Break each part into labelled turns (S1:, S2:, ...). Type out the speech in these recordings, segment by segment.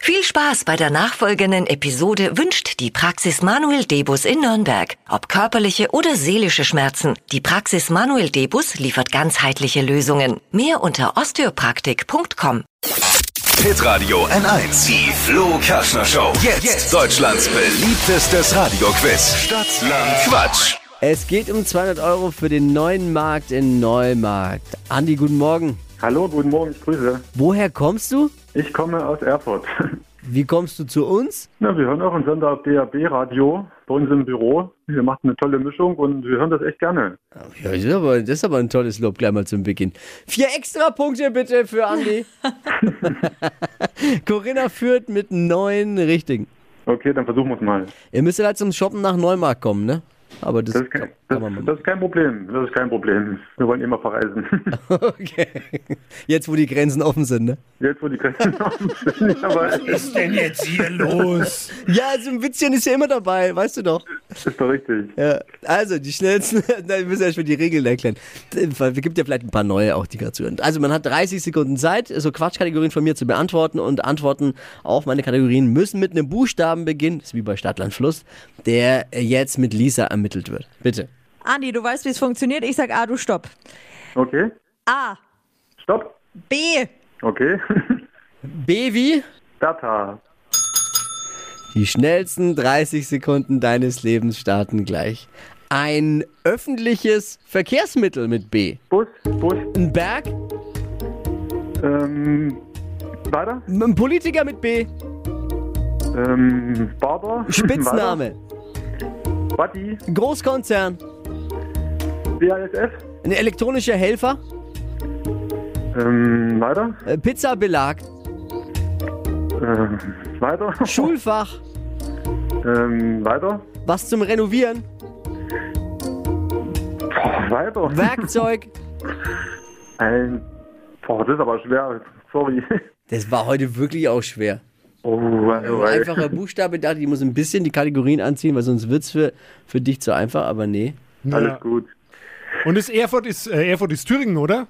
S1: Viel Spaß bei der nachfolgenden Episode wünscht die Praxis Manuel Debus in Nürnberg. Ob körperliche oder seelische Schmerzen, die Praxis Manuel Debus liefert ganzheitliche Lösungen. Mehr unter osteopraktik.com.
S2: Pit Radio N1, die Flo Kaschner Show. Jetzt, Deutschlands beliebtestes Radioquiz. Stadt, Land, Quatsch.
S3: Es geht um 200 Euro für den neuen Markt in Neumarkt. Andi, guten Morgen.
S4: Hallo, guten Morgen, ich grüße.
S3: Woher kommst du?
S4: Ich komme aus Erfurt.
S3: Wie kommst du zu uns?
S4: Na, wir hören auch einen Sender auf DAB Radio bei uns im Büro. Wir machen eine tolle Mischung und wir hören das echt gerne.
S3: Ja, das ist aber, das ist aber ein tolles Lob gleich mal zum Beginn. Vier extra Punkte bitte für Andi. Corinna führt mit neun richtigen.
S4: Okay, dann versuchen wir es mal.
S3: Ihr müsst ja halt zum Shoppen nach Neumarkt kommen, ne? Aber das,
S4: Das ist, kein,
S3: kann,
S4: das,
S3: kann man machen.
S4: das ist kein Problem. Das ist kein Problem. Wir wollen immer verreisen.
S3: Okay. Jetzt, wo die Grenzen offen sind, ne?
S4: Jetzt, wo die Grenzen offen sind, aber ist
S3: Ja, also ein Witzchen ist ja immer dabei, weißt du doch.
S4: doch richtig.
S3: Ja, also die schnellsten, Nein, wir müssen erstmal die Regeln erklären. Weil Es gibt ja vielleicht ein paar neue auch, die gerade zuhören. Also man hat 30 Sekunden Zeit, so Quatschkategorien von mir zu beantworten und Antworten auf meine Kategorien müssen mit einem Buchstaben beginnen, das ist wie bei Stadtland Fluss, der jetzt mit Lisa ermittelt wird. Bitte.
S5: Andi, du weißt, wie es funktioniert. Ich sag A, du stopp.
S4: Okay,
S5: A,
S4: stopp.
S5: B,
S4: Okay.
S3: B wie?
S4: Data.
S3: Die schnellsten 30 Sekunden deines Lebens starten gleich. Ein öffentliches Verkehrsmittel mit B.
S4: Bus, Bus,
S3: Ein Berg,
S4: ähm, weiter.
S3: ein Politiker mit B.
S4: Ähm, Barber.
S3: Spitzname.
S4: Weiter. Buddy.
S3: Großkonzern.
S4: BASF.
S3: Ein elektronischer Helfer.
S4: Ähm, weiter.
S3: Äh, Pizzabelag.
S4: Ähm, weiter.
S3: Schulfach.
S4: Ähm, weiter.
S3: Was zum Renovieren.
S4: Boah, weiter.
S3: Werkzeug.
S4: Ein. Boah, das ist aber schwer. Sorry.
S3: Das war heute wirklich auch schwer.
S4: Oh, wei,
S3: Ein
S4: wei.
S3: einfacher Buchstabe, dachte ich, muss ein bisschen die Kategorien anziehen, weil sonst wird's für, für dich zu einfach, aber nee.
S4: Alles gut.
S6: Und ist Erfurt ist äh, Erfurt ist Thüringen, oder?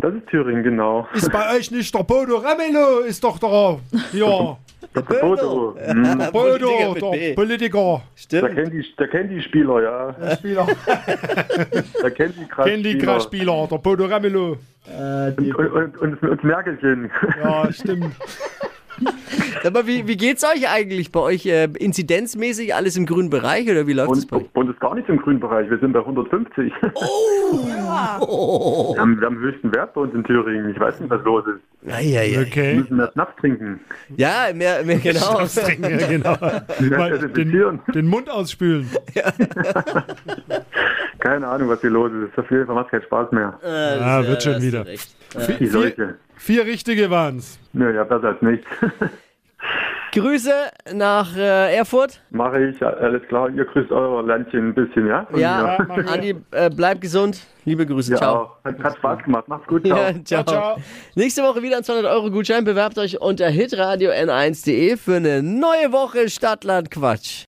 S4: Das ist Thüringen, genau.
S6: Ist bei euch nicht der Bodo Ramelow ist doch da. Ja,
S4: Der Bodo. Hm,
S3: Politiker
S6: Bodo,
S3: mit
S6: der
S3: B.
S4: Der
S6: Politiker.
S3: Stimmt.
S4: Candy, der Candy-Spieler, ja.
S6: Spieler.
S4: Der Candy-Crush-Spieler.
S6: Candy Crush Spieler, der Bodo Ramelow.
S4: Und, und, und, und Merkelchen.
S6: Ja, stimmt.
S3: Aber wie, wie geht's euch eigentlich? Bei euch äh, inzidenzmäßig alles im grünen Bereich oder wie läuft's bei euch?
S4: Und, und ist gar nicht im grünen Bereich. Wir sind bei 150. Wir, haben, wir haben höchsten Wert bei uns in Thüringen. Ich weiß nicht, was los ist.
S3: Eieiei.
S4: Wir
S6: Okay.
S4: müssen mehr Schnaps trinken.
S3: Ja, mehr, mehr genau.
S6: Trinken, ja, genau. Mal
S4: desinfizieren.
S6: den, den Mund ausspülen.
S4: Keine Ahnung, was hier los ist. Auf jeden Fall macht kein Spaß mehr.
S3: Äh,
S6: Ah, wird schon
S3: Hast du
S6: wieder.
S3: recht.
S4: Die
S6: Vier,
S4: Seuche.
S6: vier richtige waren's.
S4: Naja, besser als nichts.
S3: Grüße nach äh, Erfurt.
S4: Mache ich, alles klar. Ihr grüßt euer Landchen ein bisschen, ja? Und
S3: Ja,
S6: Ja, mach ich.
S3: Andi, äh, bleib gesund. Liebe Grüße.
S4: Ja,
S3: ciao.
S4: auch. Hat, hat Spaß gemacht. Macht's gut. Ciao.
S3: Ja, ciao.
S6: Ciao, ciao.
S3: Nächste Woche wieder ein 200 Euro Gutschein. Bewerbt euch unter hitradio n1.de für eine neue Woche Stadtland Quatsch.